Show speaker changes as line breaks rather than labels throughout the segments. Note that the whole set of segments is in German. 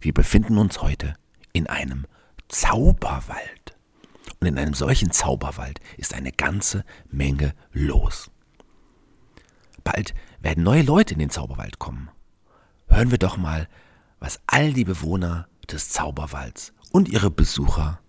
Wir befinden uns heute in einem Zauberwald. Und in einem solchen Zauberwald ist eine ganze Menge los. Bald werden neue Leute in den Zauberwald kommen. Hören wir doch mal, was all die Bewohner des Zauberwalds und ihre Besucher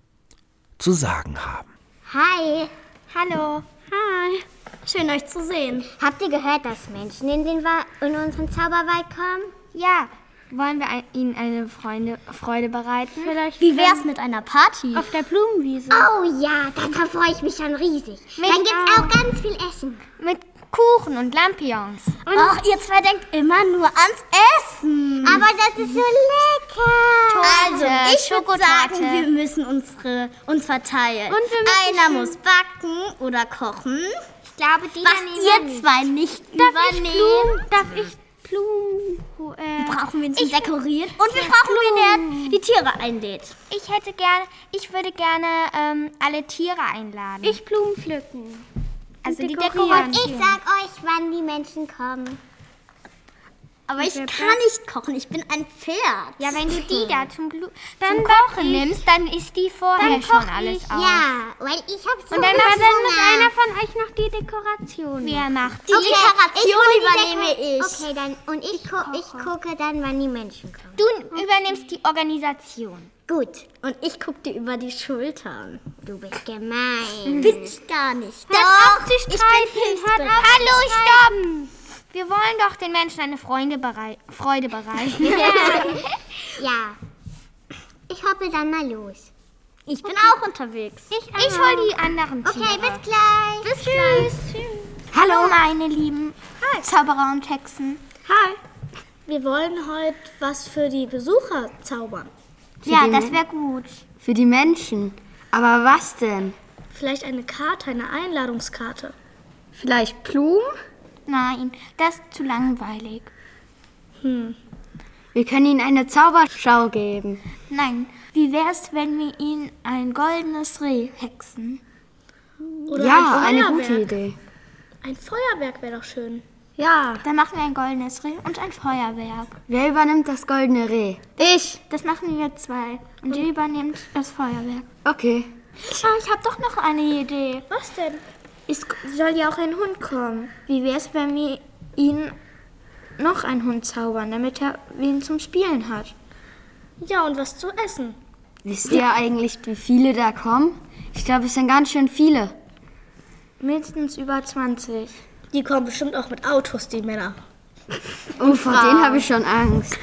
zu sagen haben.
Hi,
Hallo. Hi. Schön euch zu sehen.
habt ihr gehört, dass Menschen in, den Wa in unseren Zauberwald kommen?
Ja, wollen wir ein, Ihnen eine Freunde, Freude bereiten? Vielleicht
Wie wär's mit einer Party?
auf der Blumenwiese.
Oh ja, darauf freue ich mich schon riesig. Dann gibt's auch ganz viel Essen.
Mit Kuchen und Lampions.
Och,
ihr zwei denkt immer nur ans Essen.
Aber das ist so lecker.
Also, ich würde
Schokotorte.
sagen, wir müssen unsere, uns verteilen.
Und wir müssen-
Einer muss backen oder kochen,
Ich glaube, die
was
dann
ihr zwei nicht
darf ich
übernehmen.
Blumen? Darf ich Blumen? Äh,
Brauchen wir ihn zum Dekorieren und wir brauchen ihn, der die Tiere einlädt.
Ich hätte gerne, ich würde gerne ähm, alle Tiere einladen.
ich Blumen pflücken.
also die
dekorieren.
dekorieren.
Ich sag euch, wann die Menschen kommen.
Aber ich kann nicht kochen, ich bin ein Pferd.
Ja, wenn du die da zum, Blu
Dann
zum
koch
Kochen
ich.
nimmst, dann ist die vorher
Dann koch
schon alles
ich.
auf.
Ja, weil ich hab so
Und dann,
viel
aber dann muss
Hunger.
einer von euch noch die Dekoration.
Wer macht
die
Okay, ich
Dekoration
hol die
übernehme
Deko-
ich.
Okay, dann und ich, gu ich gucke dann, wann die Menschen kommen.
Du übernimmst die Organisation.
Gut,
Und ich guck dir über die Schultern.
du bist gemein.
Bin ich gar nicht.
Mhm. Hört
Doch,
auf zu
ich
streiten,
bin
hört
hilfsbereit.
auf zu
Hallo, stoppen! Wir wollen doch den Menschen eine Freunde berei Freude bereiten.
Ja. Ich hoppe dann mal los.
Ich bin auch unterwegs.
ich hol die anderen Tiere.
Okay, bis gleich. Bis Tschüss.
Hallo, meine Lieben Zauberer und Hexen.
Hi. Wir wollen heute was für die Besucher zaubern.
Ja, das wäre gut.
Für die Menschen. Aber was denn?
Vielleicht eine Karte, eine Einladungskarte.
Vielleicht Blumen?
Nein, das ist zu langweilig.
Wir können ihnen eine Zauberschau geben.
Nein, wie wär's, wenn wir ihnen ein goldenes Reh hexen?
Oder
ja,
ein
eine
Feuerwerk.
gute Idee.
Ein Feuerwerk wäre doch schön.
Ja.
Dann machen wir ein goldenes Reh und ein Feuerwerk.
Wer übernimmt das goldene Reh? Ich.
Das machen wir zwei. Und ihr übernehmt das Feuerwerk.
Okay.
Ah, ich habe doch noch eine Idee.
Was denn?
Es soll ja auch ein Hund kommen. Wie wär's, wenn wir ihn noch einen Hund zaubern, damit er ihn zum Spielen hat?
Ja, und was zu essen.
Wisst ihr eigentlich, wie viele da kommen? Ich glaube, es sind ganz schön viele.
Mindestens über 20.
Die kommen bestimmt auch mit Autos, die Männer.
Und vor denen habe ich schon Angst.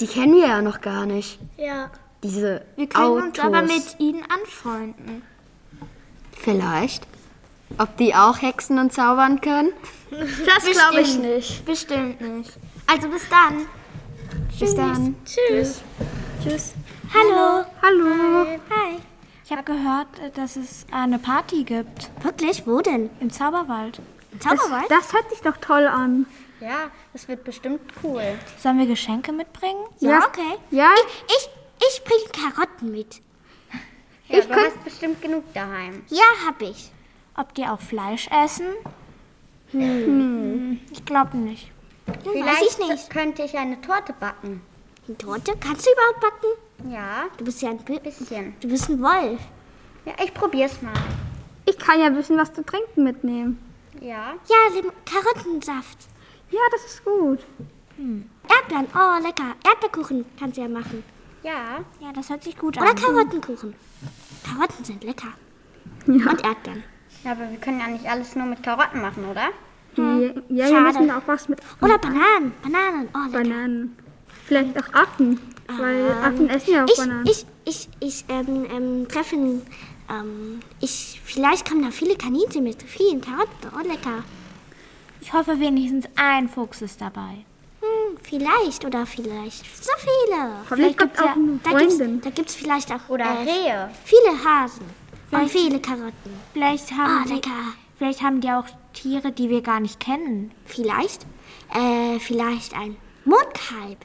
Die kennen wir ja noch gar nicht.
Ja.
Diese
Wir können
Autos.
uns aber mit ihnen anfreunden.
Vielleicht. Ob die auch hexen und zaubern können?
Das glaube ich nicht.
Bestimmt nicht. Also bis dann.
Bis dann.
Tschüss.
Hallo.
Hallo.
Hi. Ich habe gehört, dass es eine Party gibt.
Wirklich? Wo denn?
Im Zauberwald.
Zauberwald? Das hört sich doch toll an.
Ja, das wird bestimmt cool.
Sollen wir Geschenke mitbringen?
Ja.
Okay.
Ja?
Ich, ich bringe Karotten mit.
Ja, ich du hast bestimmt genug daheim.
Ja, hab ich.
Ob die auch Fleisch essen? Hm. Ich glaube nicht.
Vielleicht könnte ich eine Torte backen.
Eine Torte kannst du überhaupt backen?
Ja,
Du bist ja ein Bi-
bisschen.
Du bist ein Wolf.
Ja, ich probier's mal.
Ich kann ja ein bisschen was zu trinken mitnehmen.
Ja.
Ja, Lim Karottensaft.
Ja, das ist gut.
Erdbeeren, oh lecker. Erdbeerkuchen kannst du ja machen.
Ja.
Ja, das hört sich gut
Oder
an.
Karottenkuchen. Karotten sind lecker. Und Erdbeeren.
Ja, aber wir können ja nicht alles nur mit Karotten machen, oder?
Ja,
Hm.
ja wir
Schade.
müssen da auch was mit
Oder Bananen. Bananen, oh lecker.
Bananen. Vielleicht auch Affen. Weil
Ah.
Affen essen ja auch Bananen.
Ich, ich, ich, ich ähm, ähm, treffe einen, ähm, ich, vielleicht kommen da viele Kaninchen mit vielen Karotten. Oh, lecker.
Ich hoffe, wenigstens ein Fuchs ist dabei.
Hm, vielleicht oder vielleicht. So viele.
Vielleicht kommt
gibt's
auch eine
Da gibt's,
Freundin.
da gibt's vielleicht auch
Oder
äh,
Rehe.
viele Hasen und viele Karotten.
Vielleicht
Ah,
haben, die,
lecker.
vielleicht haben die auch Tiere, die wir gar nicht kennen.
Vielleicht, äh, vielleicht ein Mondkalb.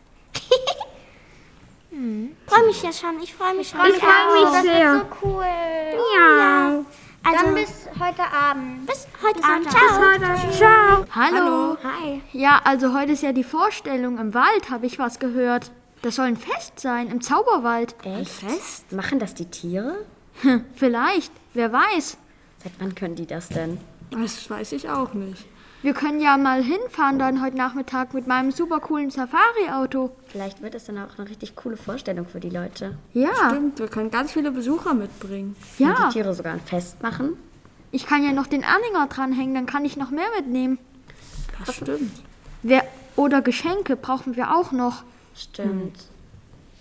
Mhm.
Freue mich ja schon, ich freue mich schon.
Ich
Oh,
freue mich sehr.
So cool.
Ja.
Also,
Dann
bis,
bis heute Abend.
heute Abend.
Bis
Ciao.
heute. Ciao.
Hallo. Hi. Ja, also heute ist ja die Vorstellung im Wald, habe ich was gehört. Das soll ein Fest sein im Zauberwald.
Echt? Fest? Machen das die Tiere?
Hm, Vielleicht, wer weiß.
Seit wann können die das denn?
Das weiß ich auch nicht.
Wir können ja mal hinfahren dann heute Nachmittag mit meinem super coolen Safari-Auto.
Vielleicht wird es dann auch eine richtig coole Vorstellung für die Leute.
Ah.
Ja,
Stimmt, wir können ganz viele Besucher mitbringen.
Und
ja.
die Tiere sogar ein Fest machen.
Ich kann ja noch den Anhänger dranhängen, dann kann ich noch mehr mitnehmen.
Das stimmt.
Wer, oder Geschenke brauchen wir auch noch.
Stimmt.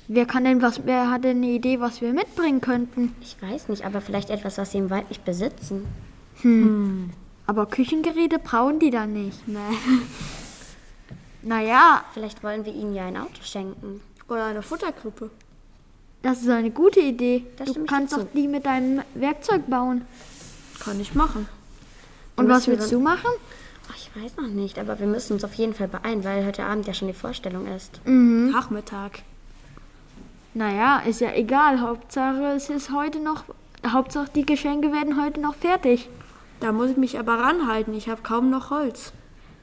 Wer kann denn was, wer hat denn eine Idee, was wir mitbringen könnten?
Ich weiß nicht, aber vielleicht etwas, was sie im Wald nicht besitzen.
Aber Küchengeräte brauchen die dann nicht. ne? Nee. Naja,
Vielleicht wollen wir ihnen ja ein Auto schenken.
Oder eine Futtergruppe.
das ist eine gute Idee.
Da
du
stimme ich
kannst
dir zu.
doch die mit deinem Werkzeug bauen.
Kann ich machen.
Und was
müssen wir
willst du machen?
Ach, ich weiß noch nicht, aber wir müssen uns auf jeden Fall beeilen, weil heute Abend ja schon die Vorstellung ist.
Nachmittag.
Naja, ist ja egal. Hauptsache, es ist heute noch. Hauptsache, die Geschenke werden heute noch fertig.
Da muss ich mich aber ranhalten. Ich habe kaum noch Holz.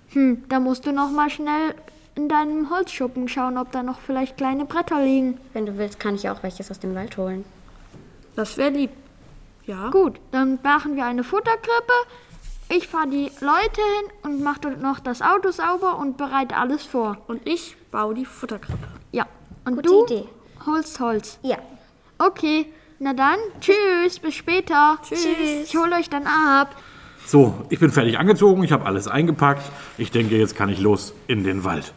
Hm, da musst du noch mal schnell in deinem Holzschuppen schauen, ob da noch vielleicht kleine Bretter liegen.
Wenn du willst, kann ich ja auch welches aus dem Wald holen.
Das wäre lieb. Ja.
Gut, dann machen wir eine Futterkrippe. Ich fahre die Leute hin und mache dort noch das Auto sauber und bereite alles vor.
Und ich baue die Futtergruppe.
Ja. Und
Gute
du
Idee.
holst Holz.
Ja.
Okay, na dann, tschüss, bis später. Tschüss. Ich hole euch dann ab.
So, ich bin fertig angezogen, ich habe alles eingepackt. Ich denke, jetzt kann ich los in den Wald.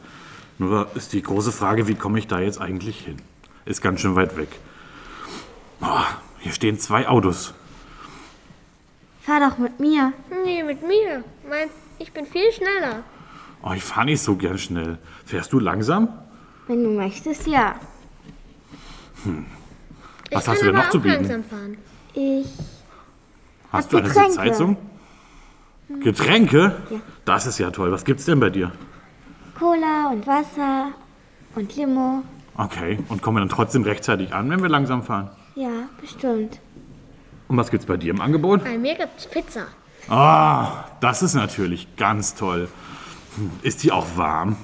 Nur ist die große Frage, wie komme ich da jetzt eigentlich hin? Ist ganz schön weit weg. Oh, hier stehen zwei Autos.
Fahr doch mit mir.
Nee, mit mir. Mein, ich bin viel schneller.
Oh, ich fahre nicht so gern schnell. Fährst du langsam?
Wenn du möchtest, ja.
Hm. Was hast du denn noch zu bieten?
fahren.
Ich.
Hast du eine
Getränke.
Sitzheizung? Getränke? Das ist ja toll. Was gibt's denn bei dir?
Cola und Wasser und Limo.
Okay, und kommen wir dann trotzdem rechtzeitig an, wenn wir langsam fahren?
Ja, bestimmt.
Und was gibt's bei dir im Angebot?
Bei mir gibt's Pizza.
Ah, das ist natürlich ganz toll. Hm, Ist die auch warm?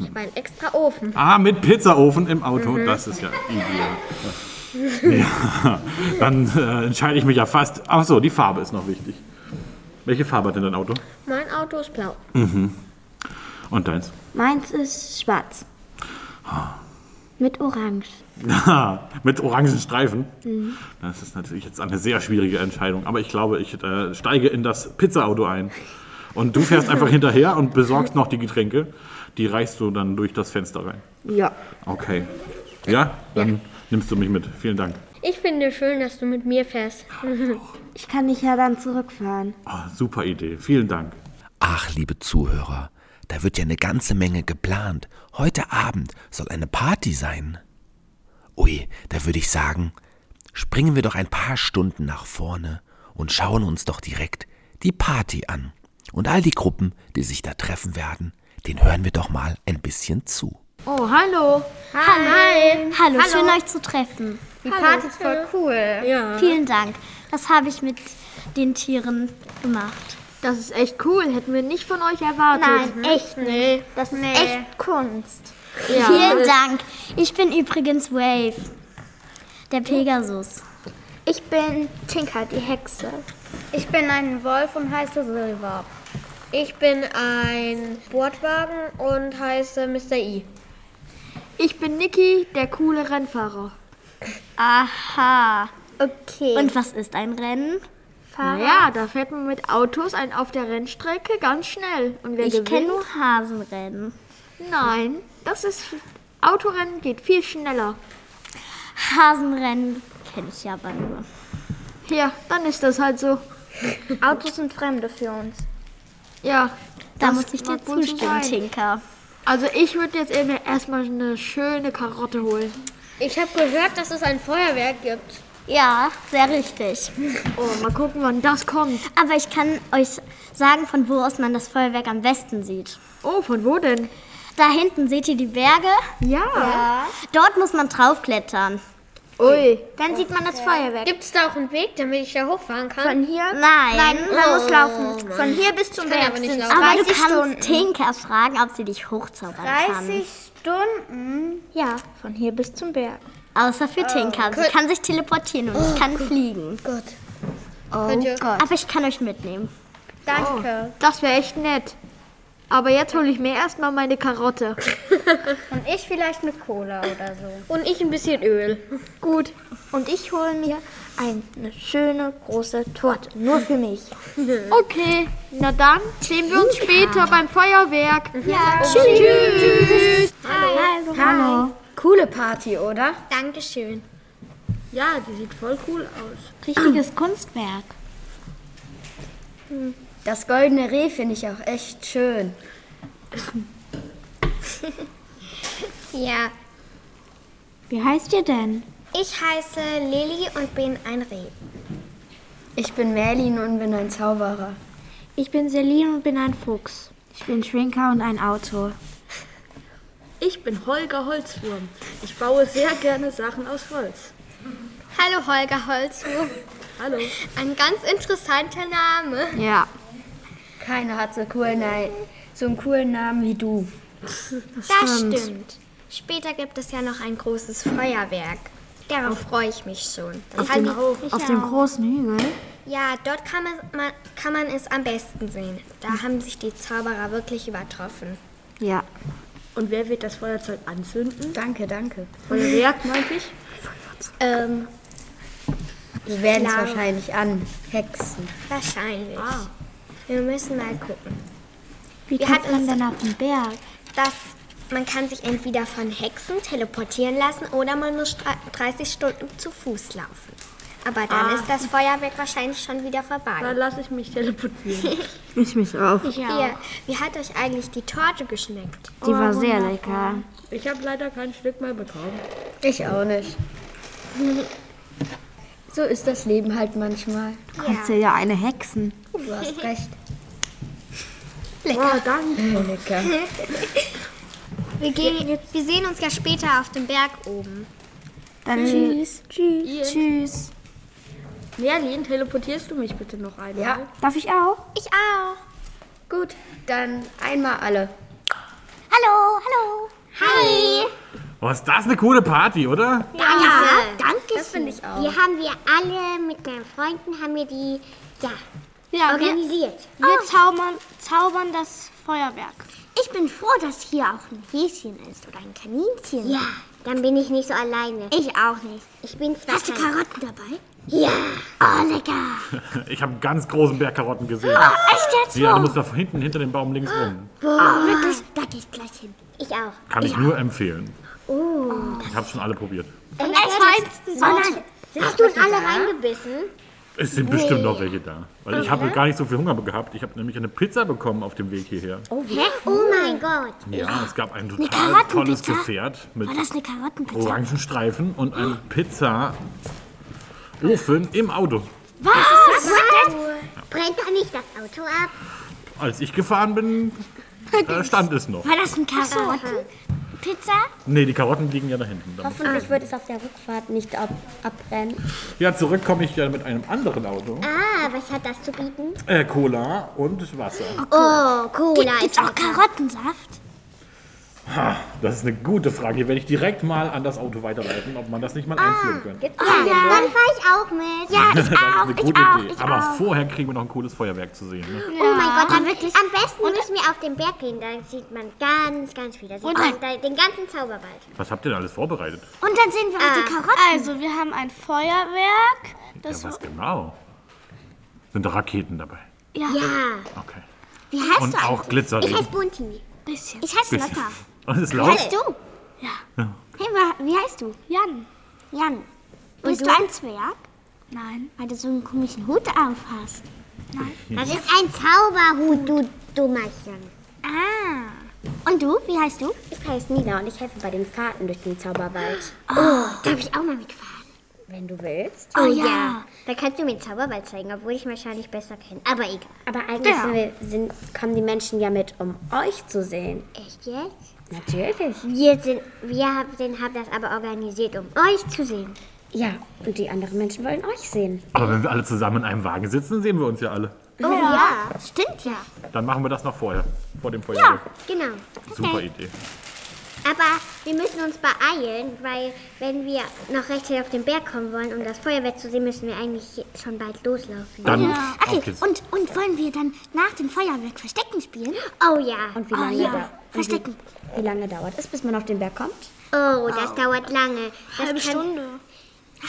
Ich habe einen extra Ofen.
Ah, mit Pizzaofen im Auto,
Mhm.
das ist ja ideal. Ja, dann äh, entscheide ich mich ja fast. Ach so, die Farbe ist noch wichtig. Welche Farbe hat denn dein Auto? Mhm.
Mein Auto ist blau.
Und deins? Ah.
Meins ist schwarz. Mit Orange. Mhm.
mit orangen Streifen. Das ist natürlich jetzt eine sehr schwierige Entscheidung. Aber ich glaube, ich äh, steige in das Pizzaauto ein. Und du fährst einfach hinterher und besorgst noch die Getränke. Die reichst du dann durch das Fenster rein.
Ja.
Okay. Ja? Dann nimmst du mich mit. Vielen Dank.
Ich finde schön, dass du mit mir fährst.
Ich kann dich ja dann zurückfahren.
Ah, super Idee. Vielen Dank.
Ach, liebe Zuhörer, da wird ja eine ganze Menge geplant. Heute Abend soll eine Party sein. Ui, da würde ich sagen, springen wir doch ein paar Stunden nach vorne und schauen uns doch direkt die Party an. Und all die Gruppen, die sich da treffen werden, den hören wir doch mal ein bisschen zu.
Oh, hallo.
Hallo,
schön euch zu treffen.
Die Party ist voll cool.
Vielen Dank. Das habe ich mit den Tieren gemacht.
Das ist echt cool. Hätten wir nicht von euch erwartet. Hm?
echt nicht.
Das ist echt Kunst.
Vielen Dank. Ich bin übrigens Wave, der Pegasus.
Ich bin Tinker, die Hexe.
Ich bin ein Wolf und heiße Silver. Ich bin ein Sportwagen und heiße Mr.
E.
I.
Ich bin Niki, der coole Rennfahrer.
Aha. Okay.
Und was ist ein Rennen?
Naja, da fährt man mit Autos ein auf der Rennstrecke ganz schnell. Und wer
Ich kenne
gewinnt?
nur Hasenrennen.
Nein, das ist Autorennen geht viel schneller.
Hasenrennen kenne ich ja aber nur.
Ja, dann ist das halt so. Autos sind Fremde für uns. Ja,
Da
das
muss ich dir
mag wohl so
zustimmen,
sein.
Tinker.
Also ich würde jetzt eben erstmal eine schöne Karotte holen.
Ich habe gehört, dass es ein Feuerwerk gibt.
Ja, sehr richtig.
Oh, mal gucken, wann das kommt.
Aber ich kann euch sagen, von wo aus man das Feuerwerk am besten sieht.
Oh, von wo denn?
Da hinten seht ihr die Berge.
Ja.
Dort muss man draufklettern.
Ui.
Dann sieht man das Feuerwerk.
Gibt es da auch einen Weg, damit ich da hochfahren kann? Oh
Von hier?
Nein.
man muss laufen. Von hier bis zum
kann
Berg
aber nicht
sind
laufen.
Aber du
30
kannst
Stunden.
Tinker fragen, ob sie dich hochzaubern kann.
30
Stunden?
Ja, von hier bis zum Berg.
Außer für Tinker. Sie kann sich teleportieren und ich kann fliegen.
Gott.
Oh
Könnt
Gott. Aber ich kann euch mitnehmen.
Danke.
Das wäre echt nett. Aber jetzt hole ich mir erstmal meine Karotte.
Oh.
Und ich vielleicht eine Cola oder so.
Und ich ein bisschen Öl.
Gut. Und ich hole mir eine schöne große Torte. Nur für mich.
Okay, na dann sehen wir uns später beim Feuerwerk.
Hallo. Coole Party, oder?
Dankeschön.
Ja, die sieht voll cool aus.
Richtiges Kunstwerk.
Das goldene Reh finde ich auch echt schön.
Ja,
Wie heißt ihr denn?
ich heiße Lilly und bin ein Reh.
Ich bin Merlin und bin ein Zauberer.
Ich bin Celine und bin ein Fuchs. Ich bin Schrinker und ein Autor.
Ich bin Holger Holzwurm. Ich baue sehr gerne Sachen aus Holz.
Hallo Holger Holzwurm.
Hallo.
Ein ganz interessanter Name.
Ja.
Keiner hat so, coolen, Nei- so einen coolen Namen wie du.
Das stimmt. Später gibt es ja noch ein großes Feuerwerk. Darauf freue ich mich schon. Das kann ich-
Auf dem großen Hügel.
ja, dort kann man, man, kann man es am besten sehen.
Mhm.
Da haben sich die Zauberer wirklich übertroffen.
Ja.
Und wer wird das Feuerzeug anzünden?
Danke, danke.
Feuerwerk, meinte ich.
Wir werden es
Klar.
wahrscheinlich anhexen.
Wahrscheinlich. Wir müssen mal gucken.
Ah. Wie
Wir
kommt
hatten
man
uns-
denn auf den Berg?
Das, man kann sich entweder von Hexen teleportieren lassen oder man muss stra- 30 Stunden zu Fuß laufen. Aber dann
Ah.
ist das Feuerwerk wahrscheinlich schon wieder vorbei.
Dann lasse ich mich teleportieren.
Ich mich auch.
Hier, wie hat euch eigentlich die Torte geschmeckt?
Die war sehr lecker.
Ich habe leider kein Stück mehr bekommen.
Ich auch nicht. So ist das Leben halt manchmal.
Du kannst dir ja eine hexen.
Du hast recht.
Oh, danke.
Oh, lecker.
Wir, gehen, wir sehen uns ja später auf dem Berg oben.
Dann tschüss. Tschüss. Tschüss.
Merlin, teleportierst du mich bitte noch einmal?
Ja,
Darf ich auch?
Ich auch.
gut. Dann einmal alle.
Hallo, hallo. Hi.
Oh, ist das eine coole Party, oder?
Ja, danke. Das finde ich auch. Wir haben wir alle mit meinen Freunden haben wir die ja, organisiert.
Wir zaubern, zaubern das Feuerwerk.
Ich bin froh, dass hier auch ein Häschen ist oder ein Kaninchen. Ja, dann bin ich nicht so alleine. Ich auch nicht. Ich bin zwar Hast du Karotten dabei? Ja. Oh, lecker.
Ich habe einen ganz großen Berg Karotten gesehen.
Oh, Echt jetzt?
Ja, du musst da hinten hinter dem Baum links rum.
Oh, wirklich? Da gehe ich gleich hin. Ich auch.
Kann ich nur empfehlen. Ich habe schon alle probiert.
Oh nein. Hast du in alle reingebissen?
Es sind bestimmt noch welche da. Weil ich habe gar nicht so viel Hunger gehabt. Ich habe nämlich eine Pizza bekommen auf dem Weg hierher.
Hä? Oh mein Gott.
Ja, es gab ein total
Karottenpizza?
tolles Gefährt mit
War das eine Karottenpizza?
Orangenstreifen und einem Pizzaofen im Auto.
Was? Oh, Brennt da nicht das Auto ab?
Als ich gefahren bin, äh, stand es noch.
War das eine Karottenpizza?
Nee, die Karotten liegen ja da hinten. Da muss-
Ah.
Hoffentlich wird es auf der Rückfahrt nicht ab abbrennen.
Ja, zurück komme ich ja mit einem anderen Auto.
Ah, was hat das zu bieten?
Äh, Cola und Wasser.
Oh, Cola ist auch
Karottensaft?
Ah, Das ist eine gute Frage. Hier werde ich direkt mal an das Auto weiterleiten, ob man das nicht mal einführen könnte.
Ja, dann fahre Ah, ich auch mit. Ja,
Das ist eine gute Idee. Aber vorher kriegen wir noch ein cooles Feuerwerk zu sehen. Ne?
Oh mein Gott, dann wirklich. Am besten müssen wir auf den Berg gehen, da sieht man ganz, ganz viel. Da sieht man da- den ganzen Zauberwald.
Was habt ihr denn alles vorbereitet?
Und dann sehen wir auch die Karotten.
Also, wir haben ein Feuerwerk. Das
ja, was genau? Sind da Raketen dabei?
Ja.
Okay.
Wie heißt
Und
du eigentlich?
auch Glycerin.
Ich heiße Bunti. Bisschen. Ich heiße
Bisschen.
Lotta.
Und es ist
Wie
laut.
heißt du? Ja. Hey, wa- wie heißt du?
Jan.
Jan. Bist du? ein Zwerg?
Nein.
Weil du so einen komischen Hut auf hast. Nein. Das ist ein Zauberhut, du Dummerchen. Ah. Und du, wie heißt du?
Ich heiße Nina und ich helfe bei den Fahrten durch den Zauberwald.
Darf Oh, ich auch mal mitfahren?
Wenn du willst.
Oh, ja. Da kannst du mir den Zauberball zeigen, obwohl ich ihn wahrscheinlich besser kenne. Aber egal.
Aber eigentlich sind wir, sind, kommen die Menschen ja mit, um euch zu sehen.
Echt jetzt?
Natürlich.
Wir, sind, wir haben, den, haben das aber organisiert, um euch zu sehen.
Ja, und die anderen Menschen wollen euch sehen.
Aber wenn wir alle zusammen in einem Wagen sitzen, sehen wir uns ja alle.
Oh ja. Stimmt ja.
Dann machen wir das noch vorher, vor dem Feuerwerk.
Genau.
Super Idee.
Aber wir müssen uns beeilen, weil wenn wir noch rechtzeitig auf den Berg kommen wollen, um das Feuerwerk zu sehen, müssen wir eigentlich schon bald loslaufen.
Dann
Okay,
auf geht's.
und, und wollen wir dann nach dem Feuerwerk Verstecken spielen?
Oh ja.
Und
wie lange
oh, ja.
da-
Verstecken.
Wie lange dauert es, bis man auf den Berg kommt?
Oh, das dauert lange. Das kann-
Halbe Stunde.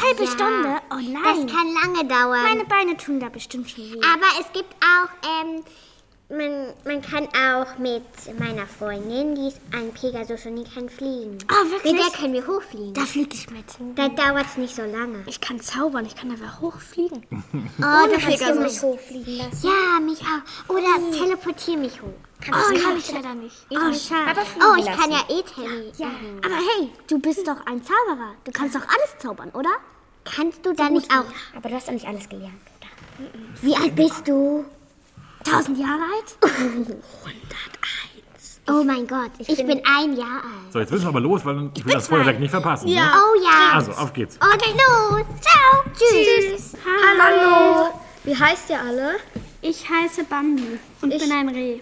Halbe
Ja.
Stunde? Oh nein.
Das kann lange dauern.
Meine Beine tun da bestimmt schon weh.
Aber es gibt auch, ähm, man, man kann auch mit meiner Freundin, die ist ein Pegasus und die kann fliegen.
Ah, wirklich?
Mit der können wir hochfliegen.
Da fliege ich mit.
da dauert es nicht so lange.
Ich kann zaubern, ich kann einfach hochfliegen.
Oh,
Ohne
da kannst du
Pegasus.
mich hochfliegen lassen.
Ja, mich auch.
Oder teleportier mich hoch.
Oh, das kann ich leider nicht.
Oh, schade. Oh, ich kann ja eh Tele.
Ja, aber hey, du bist doch ein Zauberer. Du kannst doch alles zaubern, oder?
Kannst du dann nicht auch.
Aber du hast doch nicht alles gelernt, oder?
Wie alt bist du?
Tausend Jahre alt?
Oh mein Gott, ich, bin, ein Jahr alt.
So, jetzt müssen wir aber los, weil ich will das Feuerwerk nicht verpassen. Ne?
Oh ja.
Also, auf geht's.
Okay, los. Ciao. Tschüss.
Hallo. Wie heißt ihr alle?
Ich heiße Bambi und
Ich-
bin ein Reh.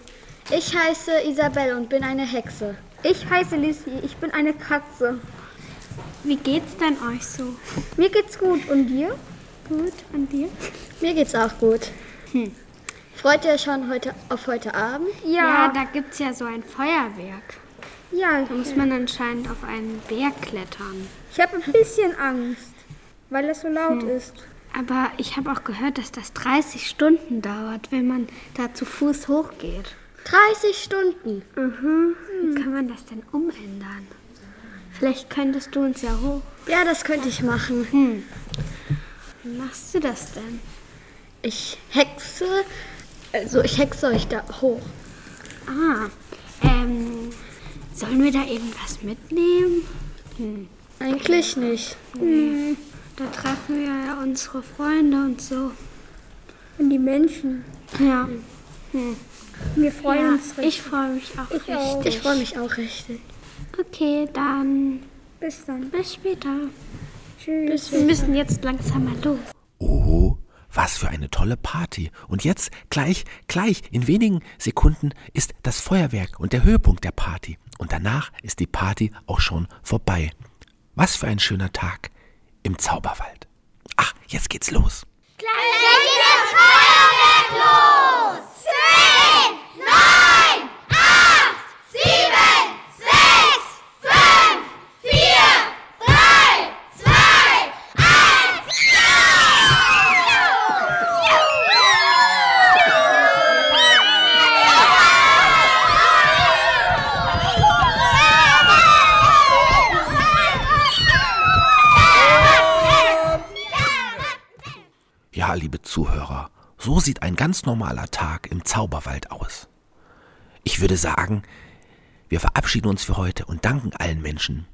Ich heiße Isabel und bin eine Hexe. Ich heiße Lissy, ich bin eine Katze.
Wie geht's denn euch so?
Mir geht's gut und dir?
Gut, und dir?
Mir geht's auch gut. Freut ihr euch schon heute auf heute Abend?
Ja, da gibt's ja so ein Feuerwerk.
Ja,
Da muss man anscheinend auf einen Berg klettern.
Ich habe ein bisschen Angst, weil es so laut
Hm.
ist.
Aber ich habe auch gehört, dass das 30 Stunden dauert, wenn man da zu Fuß hochgeht.
30 Stunden.
Mhm. Wie kann man das denn umändern? Vielleicht könntest du uns ja hoch.
Ja, das könnte ich machen.
Wie machst du das denn?
Ich hexe, also ich hexe euch da hoch.
Ah, ähm, sollen wir da irgendwas mitnehmen? Hm.
Eigentlich nicht.
Nee, da treffen wir ja unsere Freunde und so.
Und die Menschen.
Ja. Hm.
Wir freuen
ja,
uns richtig.
Ich freue mich auch
Ich auch.
richtig.
Ich freue mich auch richtig.
Okay, dann
Bis dann.
bis später.
Tschüss.
Wir müssen jetzt langsam mal los.
Oh, was für eine tolle Party. Und jetzt, gleich, gleich, in wenigen Sekunden ist das Feuerwerk und der Höhepunkt der Party. Und danach ist die Party auch schon vorbei. Was für ein schöner Tag im Zauberwald. Ach, jetzt geht's los. Ja, liebe Zuhörer, so sieht ein ganz normaler Tag im Zauberwald aus. Ich würde sagen, wir verabschieden uns für heute und danken allen Menschen,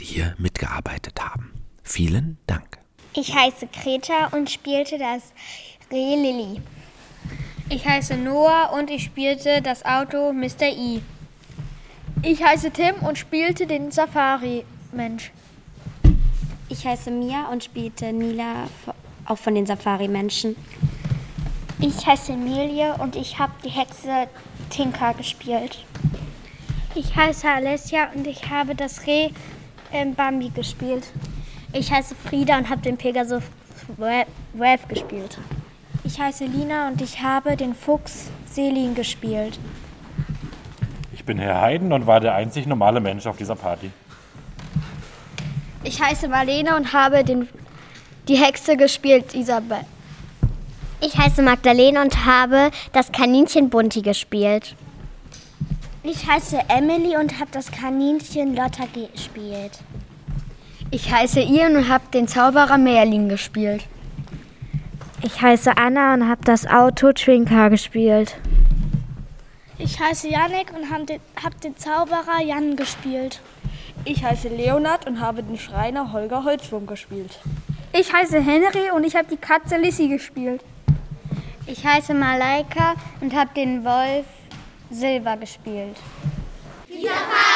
die hier mitgearbeitet haben. Vielen Dank.
Ich heiße Greta und spielte das Reh Lilly.
Ich heiße Noah und ich spielte das Auto Mr. E.
Ich heiße Tim und spielte den Safari-Mensch.
Ich heiße Mia und spielte Nila vo- auch von den Safari-Menschen.
Ich heiße Emilie und ich habe die Hexe Tinka gespielt. Ich heiße Alessia und ich habe das Reh ähm, Bambi gespielt. Ich heiße Frieda und habe den Pegasus Wrath gespielt. Ich heiße Lina und ich habe den Fuchs Selin gespielt.
Ich bin Herr Heiden und war der einzig normale Mensch auf dieser Party.
Ich heiße Marlene und habe den, die Hexe gespielt, Isabel.
Ich heiße Magdalene und habe das Kaninchen Bunti gespielt.
Ich heiße Emily und habe das Kaninchen Lotta gespielt.
Ich heiße Ian und habe den Zauberer Merlin gespielt.
Ich heiße Anna und habe das Auto Trinka gespielt. Ich heiße Janik und habe den, hab den Zauberer Jan gespielt.
Ich heiße Leonard und habe den Schreiner Holger Holzwurm gespielt.
Ich heiße Henry und ich habe die Katze Lissy gespielt.
Ich heiße Malaika und habe den Wolf Silber gespielt.
Dieser